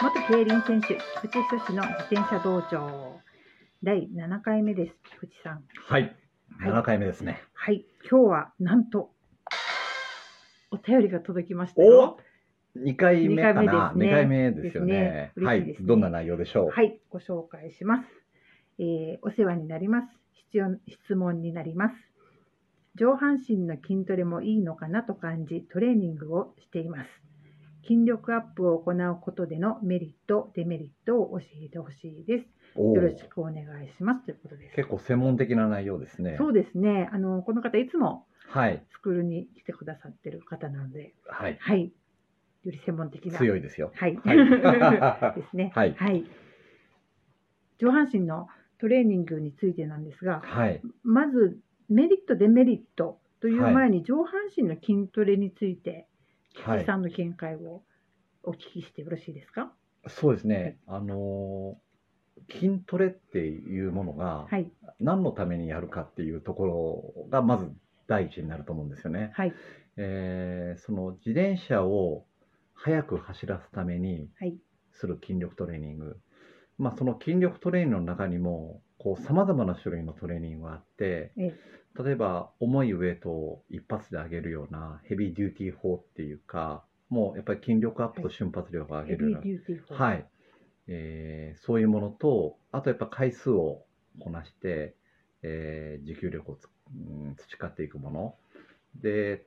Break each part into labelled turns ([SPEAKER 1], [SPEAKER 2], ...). [SPEAKER 1] 元競輪選手菊池寿司の自転車道場第7回目です菊池さん
[SPEAKER 2] はい、
[SPEAKER 1] はい
[SPEAKER 2] 7回目ですね。
[SPEAKER 1] はい今日はなんとお便りが届きました
[SPEAKER 2] お
[SPEAKER 1] よ
[SPEAKER 2] 2回目かな
[SPEAKER 1] 二回
[SPEAKER 2] 2回
[SPEAKER 1] 目
[SPEAKER 2] 目
[SPEAKER 1] で
[SPEAKER 2] ですす
[SPEAKER 1] よ
[SPEAKER 2] よ
[SPEAKER 1] ね
[SPEAKER 2] ね。
[SPEAKER 1] 嬉
[SPEAKER 2] は
[SPEAKER 1] しいで
[SPEAKER 2] い
[SPEAKER 1] すね、
[SPEAKER 2] どんな内容でしょう。
[SPEAKER 1] はいご紹介します、えーお世話になります必要質問になります上半身の筋トレもいいのかなと感じトレーニングをしています筋力アップを行うことでのメリットデメリットを教えてほしいです
[SPEAKER 2] おお
[SPEAKER 1] よろしくお願いしますということです。
[SPEAKER 2] 結構専門的な内容ですね。
[SPEAKER 1] そうですね。あのこの方いつも
[SPEAKER 2] はい、
[SPEAKER 1] スクールに来てくださってる方なので、
[SPEAKER 2] はい、
[SPEAKER 1] はい、より専門的な、
[SPEAKER 2] 強い ですよ。
[SPEAKER 1] はい、
[SPEAKER 2] はい
[SPEAKER 1] ですね。
[SPEAKER 2] はい
[SPEAKER 1] 上半身のトレーニングについてなんですが、
[SPEAKER 2] はい、
[SPEAKER 1] まずメリットデメリットという
[SPEAKER 2] は
[SPEAKER 1] 前に上半身の筋トレについて、
[SPEAKER 2] は
[SPEAKER 1] 菊池
[SPEAKER 2] い、
[SPEAKER 1] さんの見解をお聞きしてよろしいですか？
[SPEAKER 2] そうですね。あのー筋トレっていうものが
[SPEAKER 1] はい、
[SPEAKER 2] 何のためにやるかっていうところがまず第一になると思うんですよね。
[SPEAKER 1] はい、
[SPEAKER 2] えーその自転車を速く走らすために
[SPEAKER 1] はい
[SPEAKER 2] する筋力トレーニング、まあ、その筋力トレーニングの中にもさまざまな種類のトレーニングがあって
[SPEAKER 1] え
[SPEAKER 2] 例えば重いウェイトを一発で上げるようなヘビーデューティー法っていうかもうやっぱり筋力アップと瞬発力を上
[SPEAKER 1] ヘ
[SPEAKER 2] げるよう
[SPEAKER 1] ビー
[SPEAKER 2] な
[SPEAKER 1] デューティー法
[SPEAKER 2] はい、えーそういうものとあとやっぱ回数をこなして、えー持久力をつ、うん培っていくもので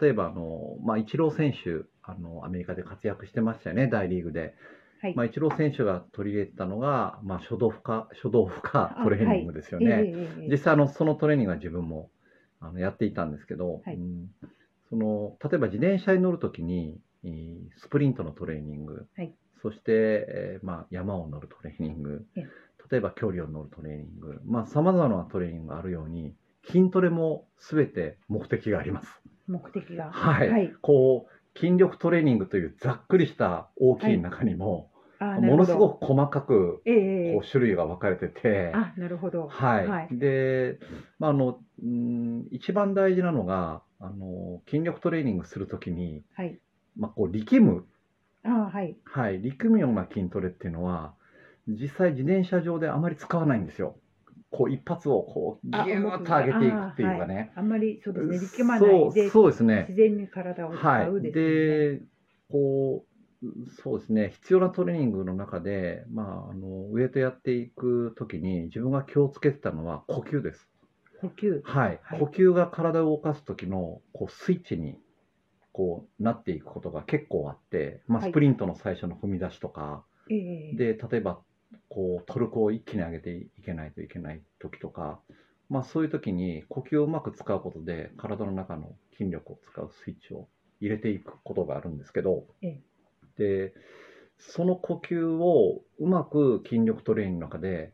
[SPEAKER 2] 例えばあの、まあ、イチロー選手あのアメリカで活躍してましたよね大リーグで、
[SPEAKER 1] はい
[SPEAKER 2] まあ、イチロー選手が取り入れてたのが、まあ、初動負荷初動負荷トレーニングですよね。
[SPEAKER 1] ええええええ
[SPEAKER 2] 実際あのそのトレーニングは自分もあのやっていたんですけど、
[SPEAKER 1] はい
[SPEAKER 2] うんその例えば自転車に乗るときにえースプリントのトレーニング、
[SPEAKER 1] はい
[SPEAKER 2] そして、えーまあ、山を乗るトレーニング
[SPEAKER 1] ええ
[SPEAKER 2] 例えば距離を乗るトレーニングさまざ、まなトレーニングがあるように筋トレも全て目的があります。
[SPEAKER 1] 目的が。
[SPEAKER 2] はい、
[SPEAKER 1] はい
[SPEAKER 2] こう筋力トレーニングというざっくりした大きい中にも、
[SPEAKER 1] あー
[SPEAKER 2] ものす
[SPEAKER 1] く。
[SPEAKER 2] ごく細かく
[SPEAKER 1] ええええ
[SPEAKER 2] こう種類が分かれてて。
[SPEAKER 1] あ、なるほど。
[SPEAKER 2] はい、
[SPEAKER 1] はい
[SPEAKER 2] で、まああのうん、一番大事なのがあの筋力トレーニングするときに、
[SPEAKER 1] はい。
[SPEAKER 2] まあ、こう力む、
[SPEAKER 1] あー、はい。
[SPEAKER 2] はい、力むような筋トレっていうのは実際自転車上であまり使わないんですよ。こう一発をこうギ
[SPEAKER 1] あ
[SPEAKER 2] ューッと上げていくっていうかね。
[SPEAKER 1] あんまり、そうですね。力まな
[SPEAKER 2] そ
[SPEAKER 1] いうで、
[SPEAKER 2] そうですね
[SPEAKER 1] 自。然に体を
[SPEAKER 2] は
[SPEAKER 1] 使う
[SPEAKER 2] い、
[SPEAKER 1] ですね。
[SPEAKER 2] でこうそうですね必要なトレーニングの中で、まあ、あのウエイトやっていくときに自分が気をつけてたのは呼吸です。
[SPEAKER 1] 呼吸。
[SPEAKER 2] はい、
[SPEAKER 1] はい
[SPEAKER 2] 呼吸が体を動かす時のこうスイッチにこうなっていくことが結構あって、まあ、
[SPEAKER 1] はい
[SPEAKER 2] スプリントの最初の踏み出しとか、
[SPEAKER 1] ええ
[SPEAKER 2] で例えばこうトルクを一気に上げていけないといけない時とか、まあ、そういう時に呼吸をうまく使うことで体の中の筋力を使うスイッチを入れていくことがあるんですけど、
[SPEAKER 1] え
[SPEAKER 2] でその呼吸をうまく筋力トレーニングの中で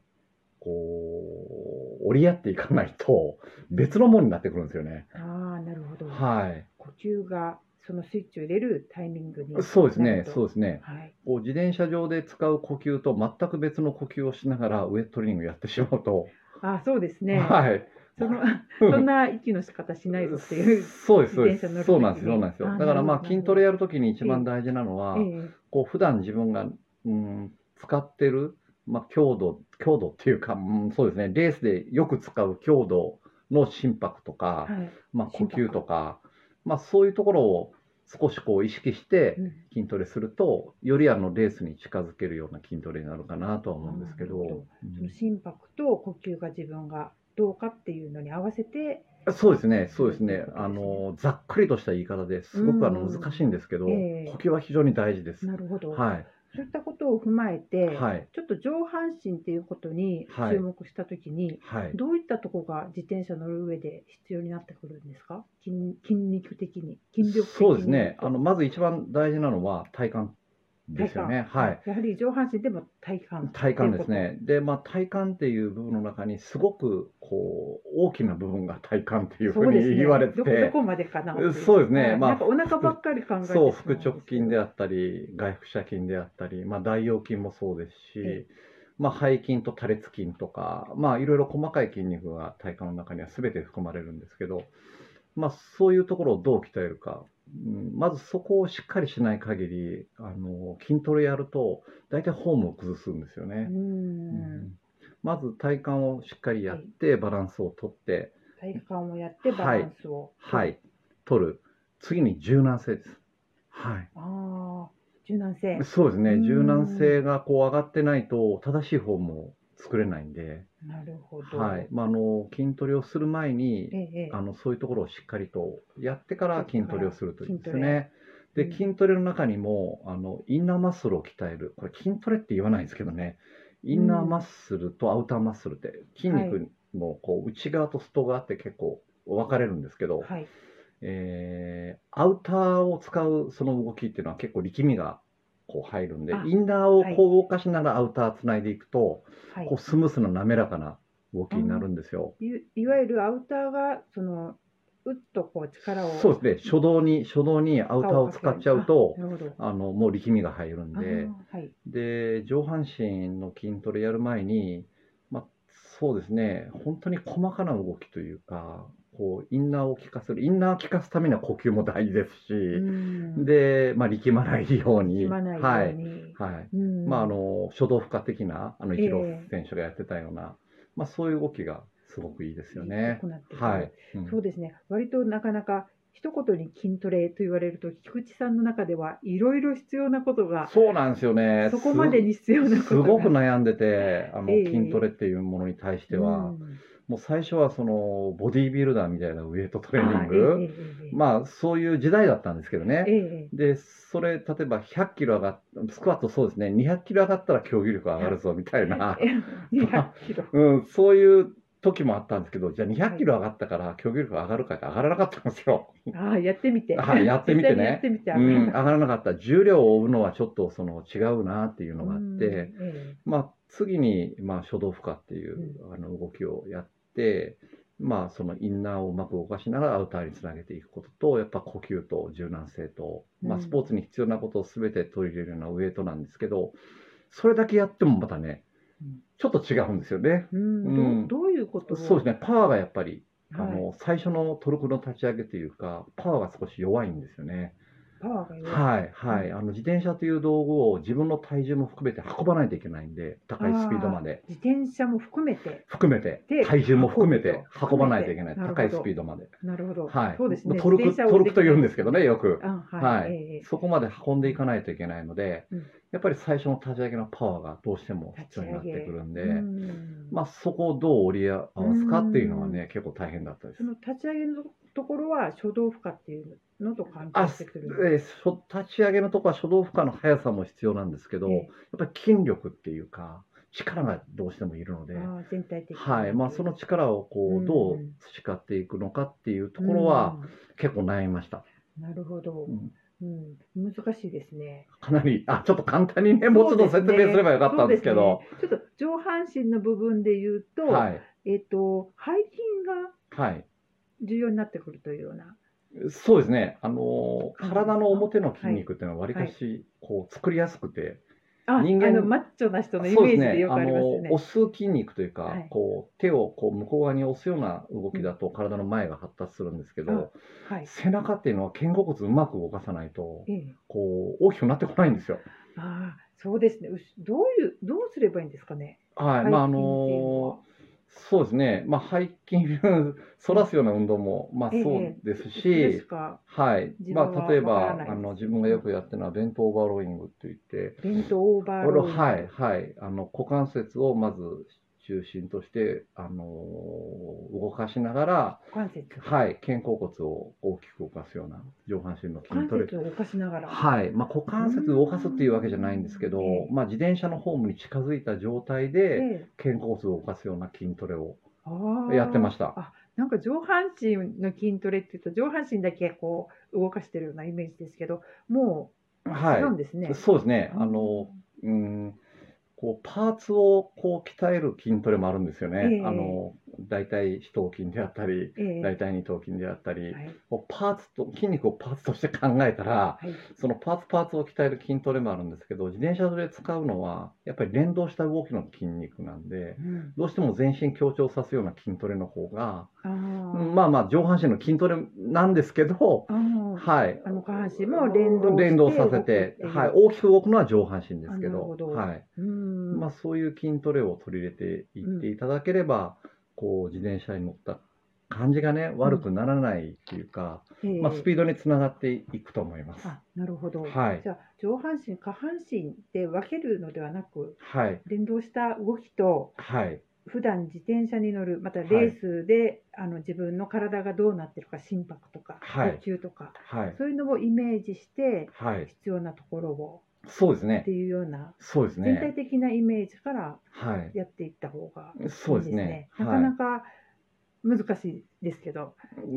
[SPEAKER 2] こう折り合っていかないと別のものになってくるんですよね。
[SPEAKER 1] ああ、なるほど。
[SPEAKER 2] はい、
[SPEAKER 1] 呼吸が、そのスイッチを入れるタイミングに。
[SPEAKER 2] そうですね、そう
[SPEAKER 1] う。
[SPEAKER 2] ですね。
[SPEAKER 1] はい。
[SPEAKER 2] こう自転車上で使う呼吸と全く別の呼吸をしながらウエットトレーニングやってしまうと、
[SPEAKER 1] あー、そうですね。
[SPEAKER 2] はい、
[SPEAKER 1] その、そんな息の仕方しないぞっていう。
[SPEAKER 2] そうですそうで
[SPEAKER 1] 自転車乗る時
[SPEAKER 2] す
[SPEAKER 1] に
[SPEAKER 2] そうなんですよそうなんです
[SPEAKER 1] あ
[SPEAKER 2] よ
[SPEAKER 1] ー
[SPEAKER 2] だから
[SPEAKER 1] な
[SPEAKER 2] ま
[SPEAKER 1] る
[SPEAKER 2] あ
[SPEAKER 1] ほど
[SPEAKER 2] 筋トレやるときに一番大事なのは、
[SPEAKER 1] え
[SPEAKER 2] こう普段自分が、うん、使ってる、まあ、強度強度っていうか、うん、そうですねレースでよく使う強度の心拍とか、
[SPEAKER 1] えはい。
[SPEAKER 2] まあ、呼
[SPEAKER 1] 心拍
[SPEAKER 2] 吸とか、まあ、そういうところを少しこう意識して
[SPEAKER 1] うん
[SPEAKER 2] 筋トレするとよりあのレースに近づけるような筋トレになるかなとは思うんですけど、
[SPEAKER 1] なるほその心拍と呼吸が自分がどうかっていうのに合わせて。
[SPEAKER 2] うんそうですねそうです
[SPEAKER 1] そうい
[SPEAKER 2] ね
[SPEAKER 1] うことですね
[SPEAKER 2] あのざっくりとした言い方ですごくあ
[SPEAKER 1] う
[SPEAKER 2] の
[SPEAKER 1] ん
[SPEAKER 2] 難しいんですけど、
[SPEAKER 1] ええ
[SPEAKER 2] 呼吸は非常に大事です。
[SPEAKER 1] なるほど。
[SPEAKER 2] はい、
[SPEAKER 1] そういったことを踏まえて、
[SPEAKER 2] はい
[SPEAKER 1] ちょっと上半身っていうことに
[SPEAKER 2] はい
[SPEAKER 1] 注目したときに、
[SPEAKER 2] はい
[SPEAKER 1] どういったとこが自転車乗る上で必要になってくるんですか筋筋肉的に筋力的に
[SPEAKER 2] そうですねあのまず一番大事なのは体幹ですよ
[SPEAKER 1] 体
[SPEAKER 2] ね
[SPEAKER 1] 幹
[SPEAKER 2] はい
[SPEAKER 1] やはり上半身でも体幹
[SPEAKER 2] 体幹ですねでまあ体幹っていう部分の中にすごくこう大きな部分が体幹っていうふ
[SPEAKER 1] そう
[SPEAKER 2] う
[SPEAKER 1] です
[SPEAKER 2] に
[SPEAKER 1] ね
[SPEAKER 2] 言われて
[SPEAKER 1] どこどこまでかなってい
[SPEAKER 2] そうですね
[SPEAKER 1] はい
[SPEAKER 2] まあ
[SPEAKER 1] なんかお腹ばっかり考えてしま
[SPEAKER 2] そうん
[SPEAKER 1] です
[SPEAKER 2] 腹直筋であったり外腹斜筋であったり、まあ、大腰筋もそうですし、
[SPEAKER 1] え
[SPEAKER 2] まあ、背筋と多裂筋とか、まあ、いろいろ細かい筋肉が体幹の中には全て含まれるんですけど、まあ、そういうところをどう鍛えるかうんまずそこをしっかりしない限り、あの筋トレやると大体フォームを崩すんですよ
[SPEAKER 1] う
[SPEAKER 2] ね。うん
[SPEAKER 1] ん
[SPEAKER 2] まず体幹をしっかりやってバランスをとって、
[SPEAKER 1] 体育館をやってバランスを。
[SPEAKER 2] は。い、取る。次に柔軟性です。はい。
[SPEAKER 1] ああ、柔軟性。
[SPEAKER 2] そうです
[SPEAKER 1] う
[SPEAKER 2] ね。
[SPEAKER 1] ん
[SPEAKER 2] 柔軟性がこう上がってないと正しいフォームを作れないんで、
[SPEAKER 1] なるほど。
[SPEAKER 2] はい。まああの筋トレをする前に
[SPEAKER 1] ええ。ええ
[SPEAKER 2] あのそういうところをしっかりとやってから筋トレをするといいです
[SPEAKER 1] 筋
[SPEAKER 2] ね。
[SPEAKER 1] トレ
[SPEAKER 2] で
[SPEAKER 1] うん
[SPEAKER 2] 筋トレの中にもあのインナーマッスルを鍛えるこれ筋トレって言わないんですけどねインナーマッスルとアウターマッスルって筋肉のこう内側と外側って結構分かれるんですけど、
[SPEAKER 1] はい。
[SPEAKER 2] えーアウターを使うその動きっていうのは結構力みがこう入るんで
[SPEAKER 1] あ
[SPEAKER 2] インナーをこう動かしながらアウターつないでいくと、
[SPEAKER 1] はい
[SPEAKER 2] こう。スムースな滑らかな動きになるんですよ。
[SPEAKER 1] いいわゆるアウターがそのうっとこう力を
[SPEAKER 2] そうですね、初動に、初動にアウターを使っちゃうと
[SPEAKER 1] あ、なるほど。
[SPEAKER 2] あのもう力みが入るん
[SPEAKER 1] あ
[SPEAKER 2] で、
[SPEAKER 1] ーはい。
[SPEAKER 2] で上半身の筋トレやる前に、まあ、そうですね、本当に細かな動きというか、こうインナーを効かせる、インナーを効かすためには呼吸も大事ですし、
[SPEAKER 1] うん、
[SPEAKER 2] で、まあ、力まないように、
[SPEAKER 1] 決まない
[SPEAKER 2] は
[SPEAKER 1] よう
[SPEAKER 2] い、
[SPEAKER 1] に。
[SPEAKER 2] はい
[SPEAKER 1] うん
[SPEAKER 2] まあ、あの初動負荷的な、あの
[SPEAKER 1] ええ
[SPEAKER 2] 一郎選手がやってたような、まあ、そういう動きがすごくいいですよね。
[SPEAKER 1] 行ってくる
[SPEAKER 2] はい、うん
[SPEAKER 1] そうですね。割となかなか一言に筋トレと言われると菊池さんの中ではいろいろ必要なことが
[SPEAKER 2] そうなんですよね。
[SPEAKER 1] そこまでに必要なことが
[SPEAKER 2] すごく悩んでて、あの
[SPEAKER 1] ええ
[SPEAKER 2] 筋トレっていうものに対しては、
[SPEAKER 1] うん
[SPEAKER 2] もう最初はそのボディービルダーみたいなウエイトトレーニン
[SPEAKER 1] あー
[SPEAKER 2] グ、
[SPEAKER 1] ええええええ
[SPEAKER 2] まあそういう時代だったんですけど
[SPEAKER 1] え
[SPEAKER 2] ね。
[SPEAKER 1] ええ
[SPEAKER 2] で、それ例えば100キロ上がっスクワットそうですね、200キロ上がったら競技力上がるぞみたいな、
[SPEAKER 1] え200キロ。
[SPEAKER 2] うん、そういう時もあったんですけど、じゃあ200キロ上がったから競技力上がるかって上がらなかったんですよ。
[SPEAKER 1] ああやってみて。
[SPEAKER 2] はいやってみてね
[SPEAKER 1] 実際にやってみて。
[SPEAKER 2] うん、上がらなかった。重量を負うのはちょっとその違うなっていうのがあって。
[SPEAKER 1] うんえ
[SPEAKER 2] まあ、次に、まあ、初動負荷っていう、あの動きをやって、まあ、そのインナーをうまく動かしながらアウターにつなげていくこととやっぱ呼吸と柔軟性と、ま
[SPEAKER 1] う
[SPEAKER 2] あ、
[SPEAKER 1] ん
[SPEAKER 2] スポーツに必要なことを全て取り入れるようなウエイトなんですけどそれだけやってもまたね
[SPEAKER 1] うん
[SPEAKER 2] ちょっと違うんですよね。
[SPEAKER 1] えうん
[SPEAKER 2] うん
[SPEAKER 1] どうどういうことを
[SPEAKER 2] そうですねパワーがやっぱり、
[SPEAKER 1] はい
[SPEAKER 2] あの最初のトルクの立ち上げというかパワーが少し弱いんですよね。
[SPEAKER 1] パワーが弱い。
[SPEAKER 2] はいはい、あの自転車という道具を自分の体重も含めて運ばないといけないんで高いスピードまで。
[SPEAKER 1] 自転車も含めて、
[SPEAKER 2] 含めて
[SPEAKER 1] で
[SPEAKER 2] 体重も含めて
[SPEAKER 1] 運ぶと
[SPEAKER 2] 運ばないといけない
[SPEAKER 1] なるほど
[SPEAKER 2] 高いスピードまで、
[SPEAKER 1] なるほど、
[SPEAKER 2] はい、
[SPEAKER 1] そうですね、
[SPEAKER 2] トル
[SPEAKER 1] 自
[SPEAKER 2] ク
[SPEAKER 1] 転車を
[SPEAKER 2] トルクと言うんですすけどねよく、
[SPEAKER 1] あはい、
[SPEAKER 2] はい
[SPEAKER 1] ええ
[SPEAKER 2] そこまで運んでいかないといけないので、
[SPEAKER 1] うん
[SPEAKER 2] やっぱり最初の立ち上げのパワーがどうしても必要になってくるんで、
[SPEAKER 1] うん
[SPEAKER 2] まあ、そこをどう折り合わすかっていうのはね、
[SPEAKER 1] う
[SPEAKER 2] 結構大変だったです
[SPEAKER 1] そ。の立ち上げのところは初動負荷っていうのと関
[SPEAKER 2] あ
[SPEAKER 1] 係し
[SPEAKER 2] す
[SPEAKER 1] て
[SPEAKER 2] え
[SPEAKER 1] くる。
[SPEAKER 2] ーそ立ち上げのとこは初動負荷の速さも必要なんですけど、
[SPEAKER 1] え
[SPEAKER 2] やっ
[SPEAKER 1] え
[SPEAKER 2] ぱり筋力っていうか力がどうしてもいるので、
[SPEAKER 1] ああ全体的に
[SPEAKER 2] はいまあ、その力をこ
[SPEAKER 1] うん
[SPEAKER 2] うどう培っていくのかっていうところは結構悩みました。
[SPEAKER 1] うんなるほど
[SPEAKER 2] う、ん
[SPEAKER 1] うん、難しいですね。
[SPEAKER 2] かなりあちょっと簡単にねもうちょっと説明すればよかったんですけど
[SPEAKER 1] そうですねちょっと上半身の部分で言うと、
[SPEAKER 2] はい
[SPEAKER 1] えっ、と背筋が
[SPEAKER 2] はい
[SPEAKER 1] 重要になってくるというような。
[SPEAKER 2] そうですねあのー体の表の筋肉っていうのはわりかしこう作りやすくて、
[SPEAKER 1] あ、
[SPEAKER 2] 人間
[SPEAKER 1] あのマッチョな人のイメ
[SPEAKER 2] そ
[SPEAKER 1] ー
[SPEAKER 2] う
[SPEAKER 1] ジ
[SPEAKER 2] です
[SPEAKER 1] で
[SPEAKER 2] ね
[SPEAKER 1] よく
[SPEAKER 2] あ
[SPEAKER 1] あります
[SPEAKER 2] の
[SPEAKER 1] よね
[SPEAKER 2] ー。押す筋肉というか、
[SPEAKER 1] はい
[SPEAKER 2] こう手をこう向こう側に押すような動きだと体の前が発達するんですけど、
[SPEAKER 1] うんはい。
[SPEAKER 2] 背中っていうのは肩甲骨うまく動かさないと
[SPEAKER 1] ええ、
[SPEAKER 2] こう大きくなってこないんですよ。
[SPEAKER 1] ああ、そうですね。うしどういうどうすればいいんですかね。
[SPEAKER 2] はい、まああのーそうですね、まあ、背筋を反らすような運動も、まあ、
[SPEAKER 1] ええ
[SPEAKER 2] そうですし、
[SPEAKER 1] ですか。
[SPEAKER 2] はい
[SPEAKER 1] 自分
[SPEAKER 2] ま
[SPEAKER 1] は
[SPEAKER 2] あ、例え
[SPEAKER 1] わから
[SPEAKER 2] ば
[SPEAKER 1] ない
[SPEAKER 2] あの自分がよくやってるのは弁当オーバーローイングって言って、
[SPEAKER 1] 弁当オーバー
[SPEAKER 2] これ
[SPEAKER 1] ロ
[SPEAKER 2] を
[SPEAKER 1] ード。
[SPEAKER 2] はいはい、あの股関節をまず中心として、あのー動かしながら、
[SPEAKER 1] 股関節。
[SPEAKER 2] はい、肩甲骨を大きく動かすような上半身の筋
[SPEAKER 1] 股
[SPEAKER 2] ト
[SPEAKER 1] 関
[SPEAKER 2] レ
[SPEAKER 1] 節を動かしながら。
[SPEAKER 2] はいまあ、股関節を動かすっていうわけじゃないんですけど
[SPEAKER 1] うんええ、
[SPEAKER 2] まあ、自転車のホームに近づいた状態
[SPEAKER 1] え
[SPEAKER 2] で
[SPEAKER 1] え
[SPEAKER 2] 肩甲骨を動かすような筋トレを
[SPEAKER 1] ああ
[SPEAKER 2] やってました。
[SPEAKER 1] あ、なんか上半身の筋トレっていうと上半身だけこう動かしてるようなイメージですけど、もう
[SPEAKER 2] は
[SPEAKER 1] 違うん
[SPEAKER 2] い、
[SPEAKER 1] ですね。
[SPEAKER 2] そうですね、
[SPEAKER 1] うん
[SPEAKER 2] あの、うん、こうパーツをこう鍛える筋トレもあるんですよね。
[SPEAKER 1] ええ
[SPEAKER 2] あの大体四頭筋であったり、
[SPEAKER 1] ええ
[SPEAKER 2] 大体二頭筋であったり、
[SPEAKER 1] はい
[SPEAKER 2] こうパーツと筋肉をパーツとして考えたら、
[SPEAKER 1] はい
[SPEAKER 2] そのパーツパーツを鍛える筋トレもあるんですけど、自転車で使うのはやっぱり連動した動きの筋肉なんで、
[SPEAKER 1] うん
[SPEAKER 2] どうしても全身強調さすような筋トレの方が、
[SPEAKER 1] あー
[SPEAKER 2] うんまあまあ上半身の筋トレなんですけど、
[SPEAKER 1] あー
[SPEAKER 2] はい。
[SPEAKER 1] あの下半身も連動して
[SPEAKER 2] 連動させて、
[SPEAKER 1] 動く
[SPEAKER 2] はい、大きく動くのは上半身で
[SPEAKER 1] あ
[SPEAKER 2] すけ
[SPEAKER 1] なる
[SPEAKER 2] ど
[SPEAKER 1] ほど
[SPEAKER 2] はい、
[SPEAKER 1] うん
[SPEAKER 2] まあ、そういう筋トレを取り入れていっていただければ、こう自転車に乗った感じがね悪くならないっていうか、
[SPEAKER 1] ええ
[SPEAKER 2] まあ、スピードにつながっていくと思います。
[SPEAKER 1] あなるほど、
[SPEAKER 2] はい
[SPEAKER 1] じゃあ上半身下半身で分けるのではなく
[SPEAKER 2] はい、
[SPEAKER 1] 連動した動きと
[SPEAKER 2] はい、
[SPEAKER 1] 普段自転車に乗るまた
[SPEAKER 2] はい
[SPEAKER 1] レースで、あの自分の体がどうなってるか心拍とか
[SPEAKER 2] はい
[SPEAKER 1] 呼吸とか、
[SPEAKER 2] はい、
[SPEAKER 1] そういうのをイメージして
[SPEAKER 2] はい、
[SPEAKER 1] 必要なところを
[SPEAKER 2] そうです
[SPEAKER 1] って
[SPEAKER 2] ね。
[SPEAKER 1] いうような
[SPEAKER 2] そうです
[SPEAKER 1] 全体
[SPEAKER 2] ね。
[SPEAKER 1] 的なイメージから
[SPEAKER 2] はい、
[SPEAKER 1] やっていった方が
[SPEAKER 2] そうですね。
[SPEAKER 1] いいですねな
[SPEAKER 2] は
[SPEAKER 1] か
[SPEAKER 2] い
[SPEAKER 1] なか難しいですけど、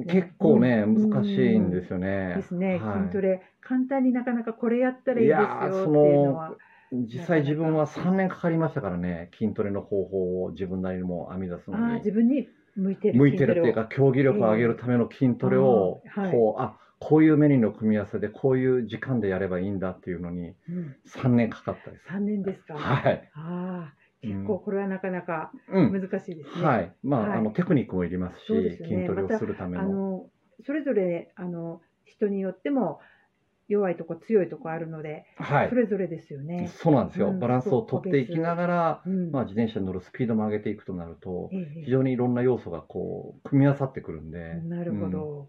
[SPEAKER 2] 結構ね、
[SPEAKER 1] うん
[SPEAKER 2] 難しいんですよね。
[SPEAKER 1] ですね、
[SPEAKER 2] はい
[SPEAKER 1] 筋トレ簡単になかなかこれやったらいいですよっていうのは
[SPEAKER 2] 実際自分は3年かかりましたからね、筋トレの方法を自分なりにも編み出すの
[SPEAKER 1] ああ
[SPEAKER 2] に。
[SPEAKER 1] 自分に向いてる
[SPEAKER 2] 向いてるっていう
[SPEAKER 1] 筋
[SPEAKER 2] か競技力を上げるための筋トレを
[SPEAKER 1] あーはい
[SPEAKER 2] こうあこういうメニューの組み合わせでこういう時間でやればいいんだっていうのに
[SPEAKER 1] トレを、うん、
[SPEAKER 2] 3年かかったです。
[SPEAKER 1] 3年ですか、
[SPEAKER 2] はい。
[SPEAKER 1] ああ
[SPEAKER 2] うん
[SPEAKER 1] 結構これはなかなか
[SPEAKER 2] うん。
[SPEAKER 1] 難しいですね、
[SPEAKER 2] はい。まあ、
[SPEAKER 1] はい
[SPEAKER 2] あのテクニックもいりますし、
[SPEAKER 1] そうですよね
[SPEAKER 2] 筋トレをするため
[SPEAKER 1] あ
[SPEAKER 2] の。
[SPEAKER 1] のそれぞれあの人によっても弱いとこ強いとこあるので、
[SPEAKER 2] はい
[SPEAKER 1] そ。れぞれですよね、
[SPEAKER 2] そうなんですよ。
[SPEAKER 1] うん
[SPEAKER 2] バランスを取っていきながら、
[SPEAKER 1] うん
[SPEAKER 2] まあ、自転車に乗るスピードも上げていくとなると
[SPEAKER 1] ええ
[SPEAKER 2] 非常にいろんな要素がこう組み合わさってくるんで、
[SPEAKER 1] なるほ
[SPEAKER 2] うん
[SPEAKER 1] ど、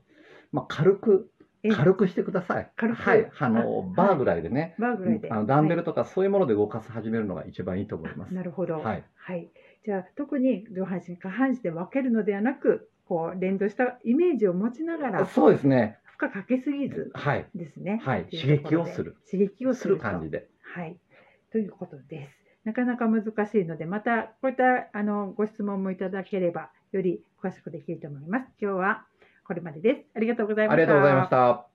[SPEAKER 2] まあ、軽く
[SPEAKER 1] ええ
[SPEAKER 2] 軽くしてください。
[SPEAKER 1] 軽く
[SPEAKER 2] はい。あの
[SPEAKER 1] あ
[SPEAKER 2] バーぐらいでね。
[SPEAKER 1] バーぐらいで
[SPEAKER 2] あのダンベル
[SPEAKER 1] は
[SPEAKER 2] とかそういうもので動かし始めるのが一番いいと思いま
[SPEAKER 1] い
[SPEAKER 2] す。
[SPEAKER 1] なるほど
[SPEAKER 2] はい、
[SPEAKER 1] はい、じゃあ特に上半身下半身で分けるのではなくこう連動したイメージを持ちながら負
[SPEAKER 2] そうですね。
[SPEAKER 1] 荷かけすぎず
[SPEAKER 2] はい、
[SPEAKER 1] ですね。
[SPEAKER 2] はい
[SPEAKER 1] というところで
[SPEAKER 2] 刺激をする。
[SPEAKER 1] 刺激をす
[SPEAKER 2] す
[SPEAKER 1] る
[SPEAKER 2] る
[SPEAKER 1] と
[SPEAKER 2] 感じで。
[SPEAKER 1] はい。ということです。なかなか難しいので、またこういったあのご質問もいただければより詳しくできると思います。今日はこれまでです。ありがとうございま
[SPEAKER 2] あ
[SPEAKER 1] した。
[SPEAKER 2] りがとうございました。